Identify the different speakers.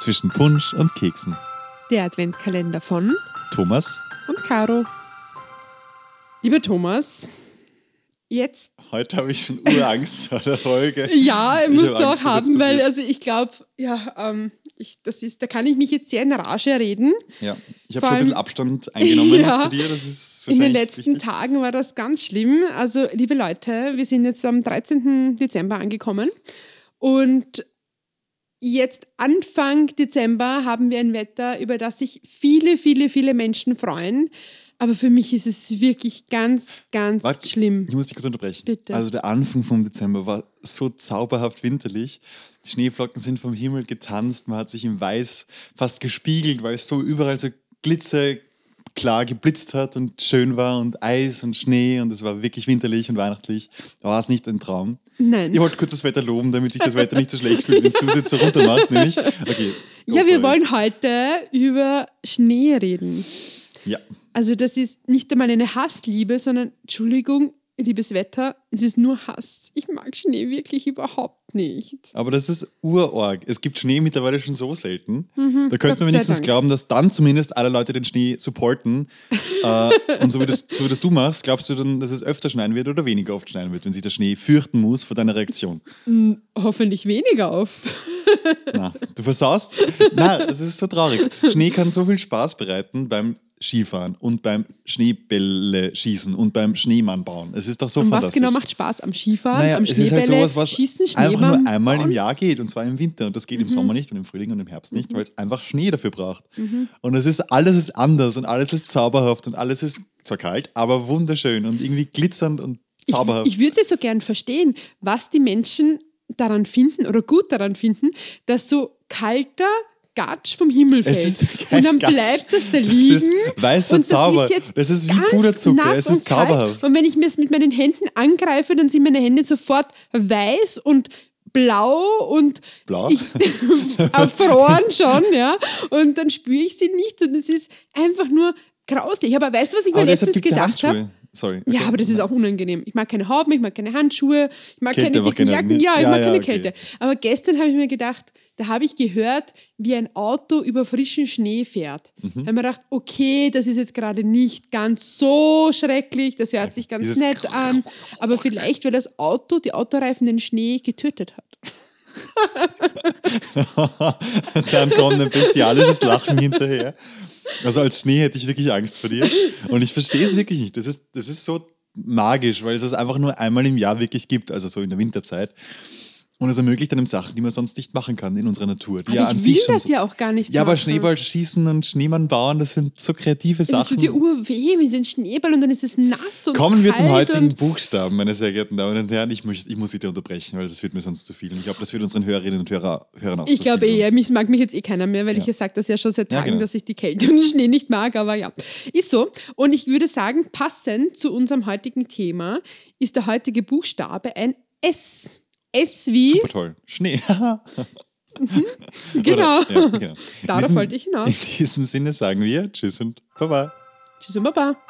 Speaker 1: zwischen Punsch und Keksen.
Speaker 2: Der Adventkalender von
Speaker 1: Thomas,
Speaker 2: und Caro. Lieber Thomas, jetzt,
Speaker 1: heute habe ich schon Urangst vor der Folge.
Speaker 2: ja,
Speaker 1: Ich
Speaker 2: musst
Speaker 1: hab
Speaker 2: du auch
Speaker 1: Angst, dass jetzt
Speaker 2: haben, weil
Speaker 1: passiert.
Speaker 2: also ich glaube, ja, ähm, ich, das ist, da kann ich mich jetzt sehr in Rage reden.
Speaker 1: Ja, ich habe
Speaker 2: Vor
Speaker 1: schon ein bisschen
Speaker 2: allem-
Speaker 1: Abstand eingenommen
Speaker 2: Ja.
Speaker 1: zu dir. Das ist
Speaker 2: In den
Speaker 1: wahrscheinlich
Speaker 2: letzten
Speaker 1: wichtig.
Speaker 2: Tagen war das ganz schlimm. Also, liebe Leute, wir sind jetzt am 13. Dezember angekommen und jetzt Anfang Dezember haben wir ein Wetter, über das sich viele, viele, viele Menschen freuen. Aber für mich ist es wirklich ganz, ganz
Speaker 1: Warte,
Speaker 2: schlimm.
Speaker 1: Ich muss dich kurz unterbrechen.
Speaker 2: Bitte.
Speaker 1: Also der Anfang vom Dezember war so zauberhaft winterlich. Die Schneeflocken sind vom Himmel getanzt. Man hat sich im Weiß fast gespiegelt, weil es so überall so glitzerklar geblitzt hat und schön war und Eis und Schnee und es war wirklich winterlich und weihnachtlich. War es nicht ein Traum?
Speaker 2: Nein.
Speaker 1: Ich wollte kurz das Wetter loben, damit sich das Wetter nicht so schlecht fühlt, wenn du es jetzt so runter machst, nämlich. Okay. go
Speaker 2: Ja, wir
Speaker 1: for it.
Speaker 2: wollen heute über Schnee reden.
Speaker 1: Ja.
Speaker 2: Also das ist nicht einmal eine Hassliebe, sondern Entschuldigung, liebes Wetter, es ist nur Hass. Ich mag Schnee wirklich überhaupt nicht.
Speaker 1: Aber das ist urorg. Es gibt Schnee mittlerweile schon so selten. Da
Speaker 2: Mhm, Gott
Speaker 1: könnte
Speaker 2: sei
Speaker 1: man wenigstens
Speaker 2: Dank.
Speaker 1: glauben, dass dann zumindest alle Leute den Schnee supporten. äh, und so wie, das, so wie das du machst, glaubst du dann, dass es öfter schneien wird oder weniger oft schneien wird, wenn sich der Schnee fürchten muss vor deiner Reaktion?
Speaker 2: Hoffentlich weniger oft.
Speaker 1: Na, du versaust. Na, das ist so traurig. Schnee kann so viel Spaß bereiten beim Skifahren und beim Schneebälle schießen und beim Schneemann bauen. Es ist doch so
Speaker 2: Und was
Speaker 1: fantastisch.
Speaker 2: genau macht Spaß am Skifahren,
Speaker 1: Naja,
Speaker 2: am
Speaker 1: es ist halt
Speaker 2: Schneebälle,
Speaker 1: sowas, was
Speaker 2: Schießen,
Speaker 1: einfach
Speaker 2: Schneemann
Speaker 1: nur einmal
Speaker 2: bauen?
Speaker 1: im Jahr geht und Mhm. zwar im Winter. Und das geht im Sommer nicht und im Frühling und im Herbst nicht, weil es einfach Schnee dafür braucht. Und es ist alles ist anders und alles ist zauberhaft und alles ist zwar kalt, aber wunderschön und irgendwie glitzernd und zauberhaft.
Speaker 2: Ich würde es so gern verstehen, was die Menschen daran finden oder gut daran finden, dass so kalter Gatsch vom Himmel fällt.
Speaker 1: es ist kein
Speaker 2: und dann
Speaker 1: Gatsch.
Speaker 2: bleibt das da liegen.
Speaker 1: Das ist weißer
Speaker 2: und das
Speaker 1: Zauber.
Speaker 2: Ist jetzt
Speaker 1: das ist wie
Speaker 2: ganz
Speaker 1: Puderzucker.
Speaker 2: nass
Speaker 1: Es ist
Speaker 2: und kalt.
Speaker 1: zauberhaft.
Speaker 2: Und wenn ich mir es mit meinen Händen angreife, dann sind meine Hände sofort weiß und blau und
Speaker 1: Blau?
Speaker 2: Ich, erfroren schon, ja. Und dann spüre ich sie nicht und es ist einfach nur grauslich. Aber weißt du, was ich mir
Speaker 1: Aber deshalb
Speaker 2: letztens
Speaker 1: gibt es ja
Speaker 2: gedacht habe?
Speaker 1: Handschuhe. Sorry.
Speaker 2: Ja, aber das ist auch unangenehm. Ich mag keine Hauben, ich mag keine Handschuhe, ich mag
Speaker 1: Kälte
Speaker 2: keine
Speaker 1: aber
Speaker 2: dicken
Speaker 1: generell
Speaker 2: Jacken. Ja, ich
Speaker 1: nicht. Ja,
Speaker 2: mag
Speaker 1: ja,
Speaker 2: keine
Speaker 1: okay.
Speaker 2: Kälte. Aber gestern habe ich mir gedacht, da habe ich gehört, wie ein Auto über frischen Schnee fährt.
Speaker 1: Mhm.
Speaker 2: Da habe ich mir gedacht, okay, das ist jetzt gerade nicht ganz so schrecklich, das hört sich ganz
Speaker 1: Dieses
Speaker 2: nett an. Aber vielleicht, weil das Auto, die Autoreifen den Schnee getötet hat.
Speaker 1: Dann kommt ein bestialisches Lachen hinterher. Also als Schnee hätte ich wirklich Angst vor dir. Und ich verstehe es wirklich nicht. Das ist, das ist so magisch, weil es es einfach nur einmal im Jahr wirklich gibt, also so in der Winterzeit. Und es ermöglicht einem Sachen, die man sonst nicht machen kann in unserer Natur. Die
Speaker 2: Aber
Speaker 1: ja
Speaker 2: ich
Speaker 1: an
Speaker 2: will
Speaker 1: sich schon
Speaker 2: das
Speaker 1: so.
Speaker 2: ja auch gar nicht
Speaker 1: Ja, aber
Speaker 2: machen.
Speaker 1: Schneeball schießen und Schneemann bauen, das sind so kreative
Speaker 2: Das
Speaker 1: Sachen.
Speaker 2: tut dir urweh mit dem Schneeball und dann ist es nass und
Speaker 1: Kommen wir zum
Speaker 2: kalt
Speaker 1: heutigen
Speaker 2: und-
Speaker 1: Buchstaben, meine sehr geehrten Damen und Herren. Ich muss, ich muss Sie dir unterbrechen, weil das wird mir sonst zu viel. Und ich glaube, das wird unseren Hörerinnen und Hörer, Hörern auch
Speaker 2: Ich
Speaker 1: zu viel
Speaker 2: glaube eh, ja,
Speaker 1: sonst.
Speaker 2: mich mag mich jetzt eh keiner mehr, weil
Speaker 1: Ja.
Speaker 2: ich ja sage das ja schon seit
Speaker 1: Ja,
Speaker 2: Tagen,
Speaker 1: genau.
Speaker 2: dass ich die Kälte und den Schnee nicht mag, aber ja, ist so. Und ich würde sagen, passend zu unserem heutigen Thema ist der heutige Buchstabe ein S. S wie,
Speaker 1: Super toll. Schnee. Oder,
Speaker 2: genau.
Speaker 1: ja, genau. In
Speaker 2: Darauf wollte ich hinaus.
Speaker 1: In diesem Sinne sagen wir Tschüss und Baba.
Speaker 2: Tschüss und Baba.